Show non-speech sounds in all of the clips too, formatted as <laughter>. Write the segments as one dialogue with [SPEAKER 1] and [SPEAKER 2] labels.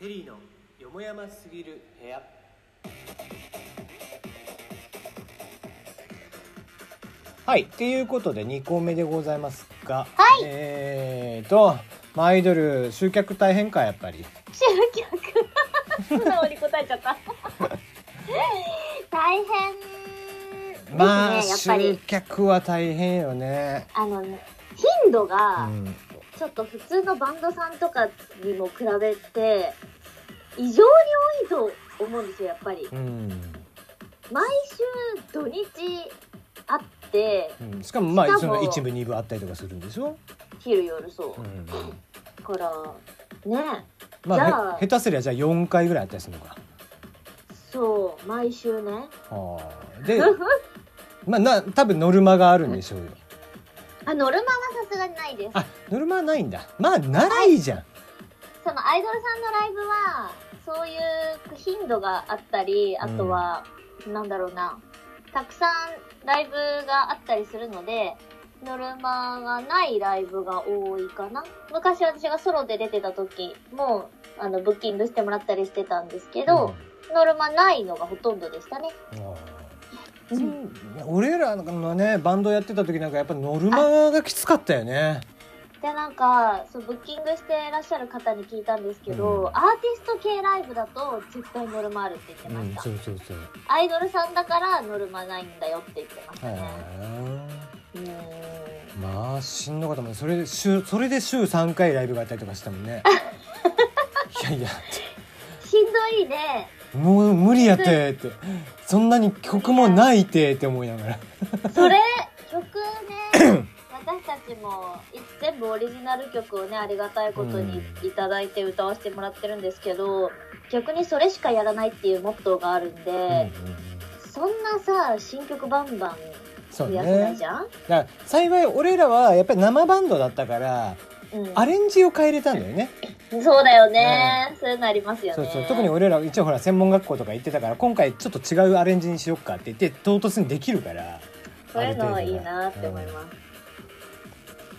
[SPEAKER 1] テリーのよもやますぎる部屋
[SPEAKER 2] はい、っていうことで2個目でございますが、
[SPEAKER 3] はい
[SPEAKER 2] えーと、まあアイドル集客大変かやっぱり。
[SPEAKER 3] 集客素直に答えちゃった大変ですね、
[SPEAKER 2] まあ、
[SPEAKER 3] やっぱ
[SPEAKER 2] 集
[SPEAKER 3] り
[SPEAKER 2] 客は大変よね。
[SPEAKER 3] あの頻度
[SPEAKER 2] う
[SPEAKER 3] が
[SPEAKER 2] ん、
[SPEAKER 3] ちょっと普通のバンドさんとかにも比べて異常に多いと思うんですよやっぱり
[SPEAKER 2] うん、
[SPEAKER 3] 毎週土日あって
[SPEAKER 2] うんしかもまあ
[SPEAKER 3] し
[SPEAKER 2] そ
[SPEAKER 3] かも
[SPEAKER 2] の一部二部あったりとかするんでしょ。、
[SPEAKER 3] 昼夜そううんだからね
[SPEAKER 2] ま
[SPEAKER 3] じゃ
[SPEAKER 2] あ
[SPEAKER 3] あ
[SPEAKER 2] へ下手すりゃじゃあ4回ぐらいあったりするのか。
[SPEAKER 3] そう毎週ね
[SPEAKER 2] はあ、
[SPEAKER 3] <laughs>
[SPEAKER 2] で、まあな多分ノルマがあるんでしょうよ。
[SPEAKER 3] あノルマはさすがにないです
[SPEAKER 2] あ、ノルマはないんだ。まあならいいじゃん。
[SPEAKER 3] そのアイドルさんのライブはそういう頻度があったりあとは、なんだろうなたくさんライブがあったりするのでノルマがないライブが多いかな昔私がソロで出てた時もあのブッキングしてもらったりしてたんですけど、ノルマないのがほとんどでしたね
[SPEAKER 2] うんああ
[SPEAKER 3] う
[SPEAKER 2] 俺らのねバンドやってた時なんかやっぱノルマがきつかったよね
[SPEAKER 3] でなんかそうブッキングしてらっしゃる方に聞いたんですけど、
[SPEAKER 2] うん
[SPEAKER 3] アーティスト系ライブだと絶対ノルマあるって言って
[SPEAKER 2] う
[SPEAKER 3] まし
[SPEAKER 2] ん
[SPEAKER 3] た、
[SPEAKER 2] そうそうそう
[SPEAKER 3] アイドルさんだからノルマないんだよって言ってましたね、
[SPEAKER 2] は
[SPEAKER 3] うーん
[SPEAKER 2] いまあしんどかったもんそれで週それで週3回ライブがあったりとかしたもん <laughs> ねいやいや
[SPEAKER 3] しんどいね
[SPEAKER 2] もう無理やってってそんなに曲もないってって思いながら
[SPEAKER 3] それ曲
[SPEAKER 2] <coughs>
[SPEAKER 3] ね私たちもい全部オリジナル曲をねありがたいことに
[SPEAKER 2] うん
[SPEAKER 3] いただいて歌わせてもらってるんですけど逆にそれしかやらないっていうモットーがあるんで、
[SPEAKER 2] うんうんうん
[SPEAKER 3] そんなさ新曲バンバン
[SPEAKER 2] そう
[SPEAKER 3] 増やせな
[SPEAKER 2] ね
[SPEAKER 3] いじゃん
[SPEAKER 2] だから幸い俺らはやっぱり生バンドだったから
[SPEAKER 3] うん
[SPEAKER 2] アレンジを変えれたんだよね
[SPEAKER 3] そうだよね、そういうのありますよね
[SPEAKER 2] そうそう特に俺ら一応ほら専門学校とか行ってたから今回ちょっと違うアレンジにしよっかって言って唐突にできるから
[SPEAKER 3] そういうのはいいなって思います、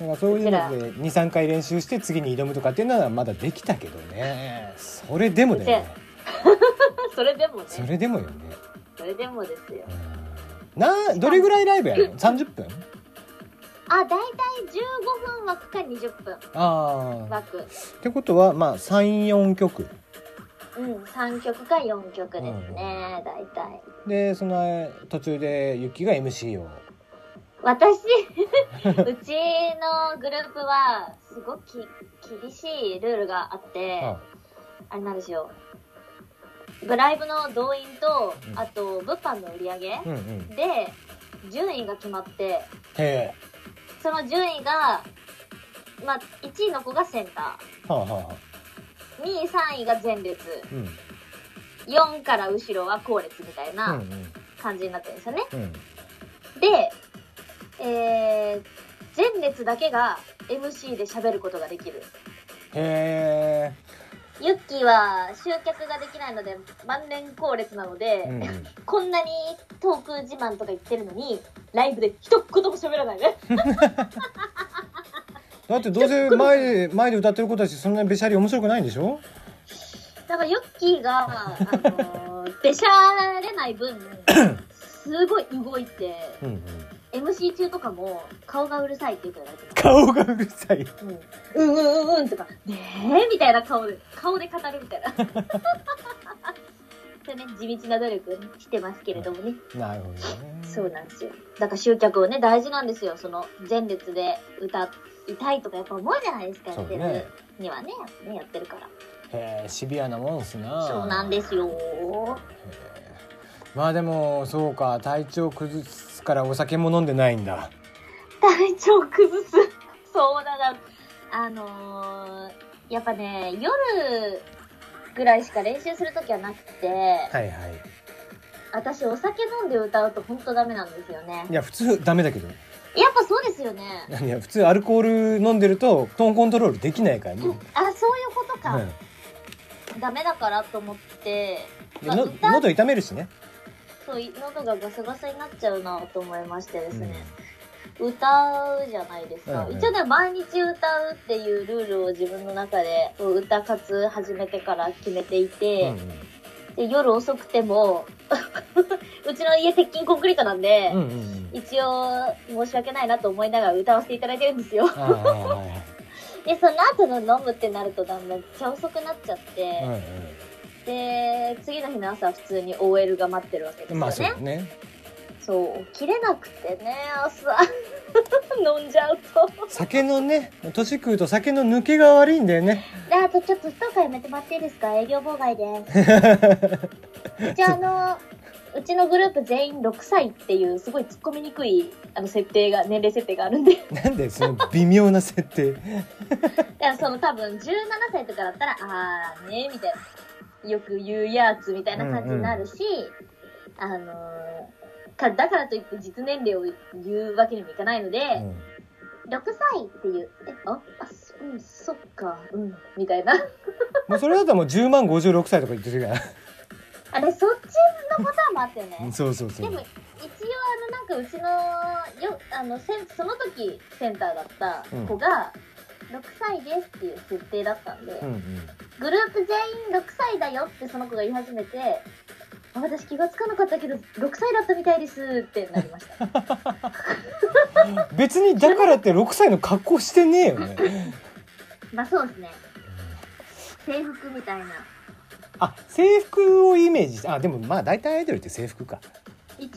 [SPEAKER 2] だからそういうので23回練習して次に挑むとかっていうのはまだできたけどねそれでもだよね
[SPEAKER 3] <laughs> それでもね
[SPEAKER 2] それでもよね
[SPEAKER 3] それでもですよ
[SPEAKER 2] うんなどれぐらいライブやるの30分
[SPEAKER 3] あ大体15分枠か20分
[SPEAKER 2] ああ
[SPEAKER 3] 枠
[SPEAKER 2] ってことはまあ34曲
[SPEAKER 3] うん3曲か4曲ですね、大体
[SPEAKER 2] でその途中でユキが MC を
[SPEAKER 3] 私 <laughs> うちのグループはすごくき厳しいルールがあって、
[SPEAKER 2] あ
[SPEAKER 3] あれなんですよブライブの動員と
[SPEAKER 2] うん
[SPEAKER 3] あと物販の売り上げ
[SPEAKER 2] うんうん
[SPEAKER 3] で順位が決まって
[SPEAKER 2] へえ
[SPEAKER 3] その順位が、まあ、1位の子がセンタ
[SPEAKER 2] はあはあはあ
[SPEAKER 3] ー、2位、3位が前列、
[SPEAKER 2] うんうん
[SPEAKER 3] 4から後ろは後列みたいな
[SPEAKER 2] うん
[SPEAKER 3] 感じになってるんですよね。
[SPEAKER 2] うん
[SPEAKER 3] で、えー、前列だけが MC で喋ることができる。
[SPEAKER 2] へ
[SPEAKER 3] ユッキーは集客ができないので、万年後列なので、
[SPEAKER 2] え、うんうん
[SPEAKER 3] こんなにトーク自慢とか言ってるのに、ライブで一言も喋らないね。
[SPEAKER 2] だってどうせ前で前で歌ってる子たちそんなにべしゃり面白くないんでしょ
[SPEAKER 3] だからヨッキーが、あの
[SPEAKER 2] <laughs>
[SPEAKER 3] ー、出しゃれない分、すごい動いて、
[SPEAKER 2] うん、うん、
[SPEAKER 3] MC 中とかも顔がうるさいっていうから言われて
[SPEAKER 2] 顔がうるさい
[SPEAKER 3] ます。うん、うんうんうんうんとか、ねえみたいな顔で、顔で語るみたい
[SPEAKER 2] <laughs>
[SPEAKER 3] な。そうね、地道な努力してますけれどもね。
[SPEAKER 2] なるほどね
[SPEAKER 3] そうなんですよ。だから集客をね、大事なんですよ。その、前列で歌いたいとかやっぱ思うじゃないですか、
[SPEAKER 2] そうね
[SPEAKER 3] やってるにはね、ねやってるから。
[SPEAKER 2] へえシビアなもんっすな
[SPEAKER 3] そうなんですよ。
[SPEAKER 2] まあでもそうか体調崩すからお酒も飲んでないんだ
[SPEAKER 3] 体調崩す。 <laughs> そうだな。あのー、やっぱね、夜ぐらいしか練習するときはなくて、
[SPEAKER 2] はいはい
[SPEAKER 3] 私お酒飲んで歌うとほんとダメなんですよね
[SPEAKER 2] い。や普通ダメだけど
[SPEAKER 3] やっぱそうですよね。
[SPEAKER 2] いや普通アルコール飲んでるとトーンコントロールできないからね、
[SPEAKER 3] あ、そういうことか。
[SPEAKER 2] う
[SPEAKER 3] ダメだからと思って、
[SPEAKER 2] ん、で
[SPEAKER 3] まあ
[SPEAKER 2] の
[SPEAKER 3] 歌
[SPEAKER 2] 喉痛めるしね
[SPEAKER 3] そう、喉がガサガサになっちゃうなと思いましてですね。歌うじゃないですか。
[SPEAKER 2] うんうん
[SPEAKER 3] 一応ね、毎日歌うっていうルールを自分の中で、こう歌活始めてから決めていて、で夜遅くても、 <laughs> うちの家鉄筋コンクリートなんで、
[SPEAKER 2] うんうんうんうん
[SPEAKER 3] 一応申し訳ないなと思いながら歌わせていただいてるんですよ。
[SPEAKER 2] ああはいはい
[SPEAKER 3] で、その後の飲むってなるとだんだんめっちゃ遅くなっちゃって、
[SPEAKER 2] うん
[SPEAKER 3] で、次の日の朝は普通に OL が待ってるわけで
[SPEAKER 2] う
[SPEAKER 3] す
[SPEAKER 2] ん
[SPEAKER 3] よね。
[SPEAKER 2] まあそうだね
[SPEAKER 3] そう、起きれなくてね、朝、 <laughs> 飲んじゃうと。
[SPEAKER 2] 酒のね年食うと酒の抜けが悪いんだよね
[SPEAKER 3] であとちょっとストーカーやめてもらっていいですか営業妨
[SPEAKER 2] <laughs>
[SPEAKER 3] 害です。じゃあ、あの、うちのグループ全員6歳っていう、すごい突っ込みにくい、あの、設定が、年齢設定があるんで。
[SPEAKER 2] なんでその微妙な設定
[SPEAKER 3] だからその多分17歳とかだったら、あーね、みたいな。よく言うやつみたいな感じになるし、あのーか、だからといって実年齢を言うわけにもいかないので、
[SPEAKER 2] うん
[SPEAKER 3] 6歳っていう、え、あ、あ、そうん、そっか、うん、みたいな。
[SPEAKER 2] もうそれだったらもう10万56歳とか言ってるか
[SPEAKER 3] あれ、そっちのパターンもあったよね。
[SPEAKER 2] らそうそうそ
[SPEAKER 3] で
[SPEAKER 2] う
[SPEAKER 3] も一応あのなんかうちのよあのセンその時センターだった子が6歳ですっていう設定だったんで、
[SPEAKER 2] うんうん
[SPEAKER 3] グループ全員6歳だよってその子が言い始めてあ私気がつかなかったけど6歳だったみたいですってなり
[SPEAKER 2] <laughs>
[SPEAKER 3] ました
[SPEAKER 2] 別にだからって6歳の格好してねえよね
[SPEAKER 3] まあそうですね制服みたいな
[SPEAKER 2] あ制服をイメージしてあでもまあ大体アイドルって制服か
[SPEAKER 3] 一応う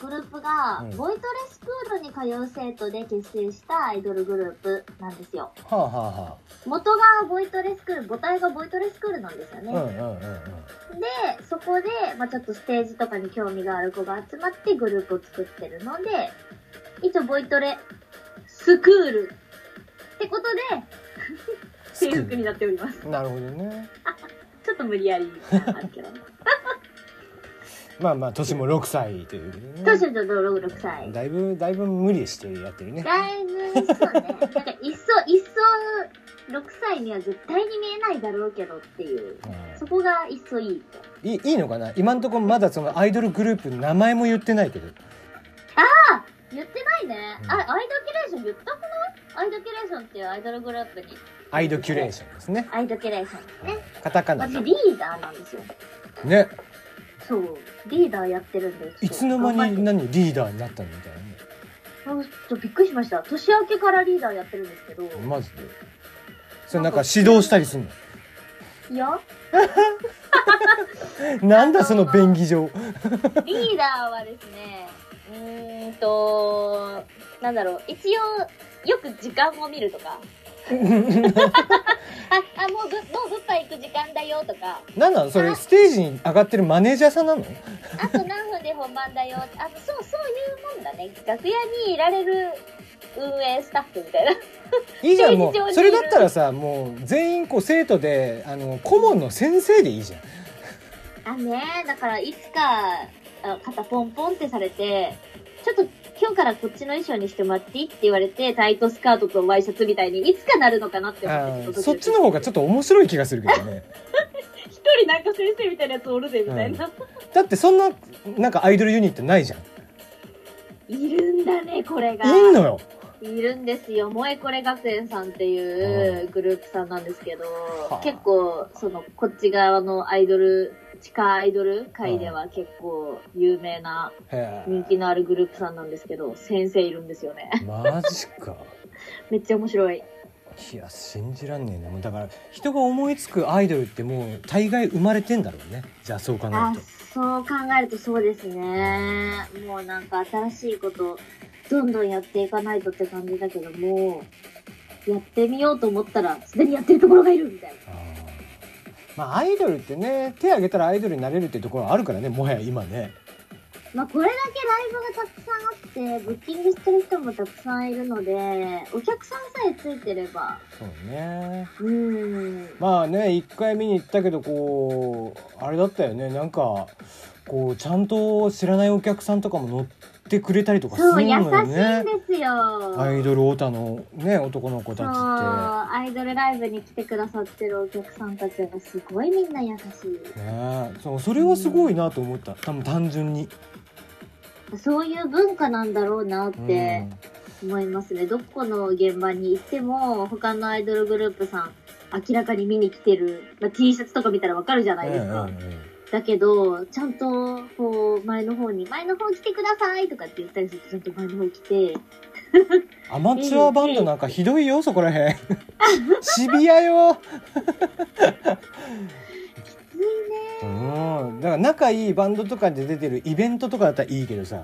[SPEAKER 3] ちのグループが
[SPEAKER 2] うん
[SPEAKER 3] ボイトレスクールに通う生徒で結成したアイドルグループなんですよ
[SPEAKER 2] はあは
[SPEAKER 3] 元がボイトレスクール母体がボイトレスクールなんですよね、
[SPEAKER 2] あはあうんうんうんうん
[SPEAKER 3] で、そこで、まあ、ちょっとステージとかに興味がある子が集まってグループを作ってるので、一応ボイトレ、スクールってことで、制服になっております。
[SPEAKER 2] なるほどね
[SPEAKER 3] ちょっと無理やりなんですけど。
[SPEAKER 2] まあまあ年も6歳ということ
[SPEAKER 3] 当
[SPEAKER 2] でね
[SPEAKER 3] 初ちょっと6歳。
[SPEAKER 2] だいぶだいぶ無理してやってるね
[SPEAKER 3] だいぶ、そうね。なんか、一層、一層、6歳には絶対に見えないだろうけどっていう。
[SPEAKER 2] うん
[SPEAKER 3] そこが一層いいと。
[SPEAKER 2] いいいのかな今のところまだそのアイドルグループの名前も言ってないけど
[SPEAKER 3] 言ってないね。あ、アイドキュレーション言ったくないアイドキュレーションっていうアイドルグループに。
[SPEAKER 2] アイドキュレーションですね
[SPEAKER 3] アイドキュレーションですね。
[SPEAKER 2] カタカナ
[SPEAKER 3] 私
[SPEAKER 2] で
[SPEAKER 3] リーダーなんですよ。
[SPEAKER 2] ね
[SPEAKER 3] そう。リーダーやってるんです。
[SPEAKER 2] いつの間に
[SPEAKER 3] な
[SPEAKER 2] 何リーダーになったのみたいなね
[SPEAKER 3] ちょっとびっくりしました。年明けからリーダーやってるんですけど。
[SPEAKER 2] マジでそれなんか指導したりすん
[SPEAKER 3] いや、
[SPEAKER 2] の <laughs> なんだその便宜上
[SPEAKER 3] リーダーはですね、 <laughs> うーんと、なんだろう。一応、よく時間を見る
[SPEAKER 2] <laughs>
[SPEAKER 3] とか。あ、あ、もうぶ、もう物販行く時間だよとか。
[SPEAKER 2] なんなのそれステージに上がってるマネージャーさんなの
[SPEAKER 3] あと何分で本番だよ。あの、そう、そういうもんだね。楽屋にいられる運営スタッフみたいな。
[SPEAKER 2] いいじゃん
[SPEAKER 3] ステー
[SPEAKER 2] も
[SPEAKER 3] ジ上にいる
[SPEAKER 2] うそれだったらさもう全員こう生徒であの顧問の先生でいいじゃん
[SPEAKER 3] あねえだからいつかあ肩ポンポンってされてちょっと今日からこっちの衣装にしてもらっていいって言われてタイトスカートとワイシャツみたいにいつかなるのかなって
[SPEAKER 2] あ
[SPEAKER 3] 思って
[SPEAKER 2] ーそっちの方がちょっと面白い気がするけどね
[SPEAKER 3] 一人なんか先生みたいなやつおるぜみたいな、
[SPEAKER 2] だってそんななんかアイドルユニットないじゃん
[SPEAKER 3] いるんだねこれが
[SPEAKER 2] いいのよ
[SPEAKER 3] いるんですよ萌えこれ学園さんっていうグループさんなんですけど
[SPEAKER 2] あ
[SPEAKER 3] 結構そのこっち側のアイドル地下アイドル界では結構有名な
[SPEAKER 2] へ
[SPEAKER 3] 人気のあるグループさんなんですけど先生いるんですよね
[SPEAKER 2] えマジか
[SPEAKER 3] めっちゃ面白い
[SPEAKER 2] いや信じらんねえなもうだから人が思いつくアイドルってもう大概生まれてんだろうねじゃあそう考える
[SPEAKER 3] あ
[SPEAKER 2] と
[SPEAKER 3] そう考えるとそうですねもうなんか新しいことどんどんやっていかないとって感じだけどもやってみようと思ったらすでにやってるところがいるみたいな
[SPEAKER 2] あーまあアイドルってね手挙げたらアイドルになれるってところはあるからねもはや今ね
[SPEAKER 3] まあこれだけライブがたくさんあってブッキングしてる人もたくさんいるのでお客さんさえついてれば
[SPEAKER 2] そうね
[SPEAKER 3] うーん
[SPEAKER 2] まあね1回見に行ったけどこうあれだったよねなんかこうちゃんと知らないお客さんとかも乗ってくれたりとかする
[SPEAKER 3] そ
[SPEAKER 2] の
[SPEAKER 3] う優しい
[SPEAKER 2] よ
[SPEAKER 3] ん
[SPEAKER 2] ね
[SPEAKER 3] ですよ
[SPEAKER 2] アイドルオタのね男の子た
[SPEAKER 3] そう
[SPEAKER 2] ち
[SPEAKER 3] アイドルライブに来てくださってるお客さんたちがすごいみんな優しい
[SPEAKER 2] ってねそうそれはすごいなと思った多分単純に
[SPEAKER 3] そういう文化なんだろうなって思いますね。どこの現場に行っても、他のアイドルグループさん、明らかに見に来てる。まあ、T シャツとか見たらわかるじゃないですか。
[SPEAKER 2] うんうんうん
[SPEAKER 3] だけど、ちゃんと、こう、前の方に、前の方来てくださいとかって言ったりすると、ちゃんと前の方来て、
[SPEAKER 2] アマチュアバンドなんかひどいよそこら
[SPEAKER 3] <laughs>
[SPEAKER 2] へんシビアよ
[SPEAKER 3] ついね
[SPEAKER 2] うんだから仲いいバンドとかで出てるイベントとかだったらいいけどさ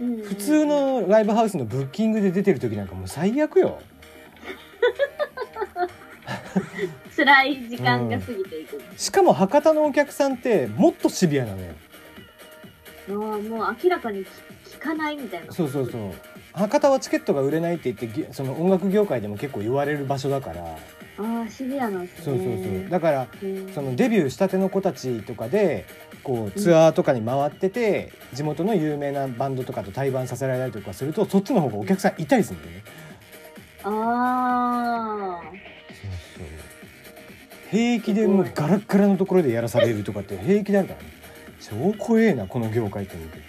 [SPEAKER 3] うん
[SPEAKER 2] 普通のライブハウスのブッキングで出てる時なんかもう最悪よ
[SPEAKER 3] 辛い時間が過ぎていく。
[SPEAKER 2] しかも博多のお客さんってもっとシビアなのよ
[SPEAKER 3] もうもう明らかに聞かないみたいな。
[SPEAKER 2] そうそうそう博多はチケットが売れないって言ってぎその音楽業界でも結構言われる場所だから
[SPEAKER 3] ああ、シビアなんですね。
[SPEAKER 2] そうそうそうだから
[SPEAKER 3] うん
[SPEAKER 2] そのデビューしたての子たちとかでこうツアーとかに回ってて地元の有名なバンドとかと対バンさせられたりとかするとそっちの方がお客さんいたりするんだよね。
[SPEAKER 3] ああ。
[SPEAKER 2] 平気でもうガラッガラのところでやらされるとかって平気だからね超怖えなこの業界って思うけど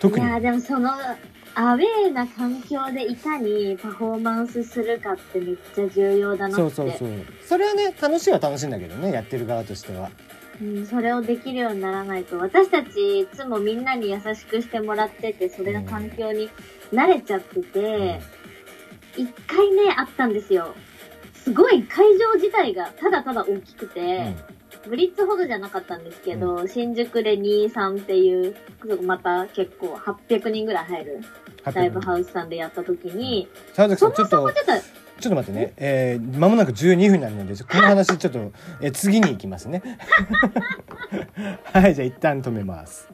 [SPEAKER 2] 特
[SPEAKER 3] い
[SPEAKER 2] に
[SPEAKER 3] やーでもそのアウェーな環境でいかにパフォーマンスするかってめっちゃ重要だなって
[SPEAKER 2] そうそうそうそれはね楽しいは楽しいんだけどねやってる側としては
[SPEAKER 3] うん、それをできるようにならないと私たちいつもみんなに優しくしてもらっててそれの環境に慣れちゃってて一、回ねあったんですよすごい会場自体がただただ大きくて、ブリッツほどじゃなかったんですけど、新宿で23っていうまた結構800人ぐらい入るライブハ
[SPEAKER 2] ウ
[SPEAKER 3] ウスさんでやった時に、
[SPEAKER 2] ス沢崎さ
[SPEAKER 3] そ
[SPEAKER 2] ん
[SPEAKER 3] も
[SPEAKER 2] ちょっ
[SPEAKER 3] そ
[SPEAKER 2] と
[SPEAKER 3] もちょっと、
[SPEAKER 2] ちょっと待ってね、えー、間もなく12分になるので、この <laughs> 話ちょっと、えー次に行きますね。はい、じゃあ一旦止めます。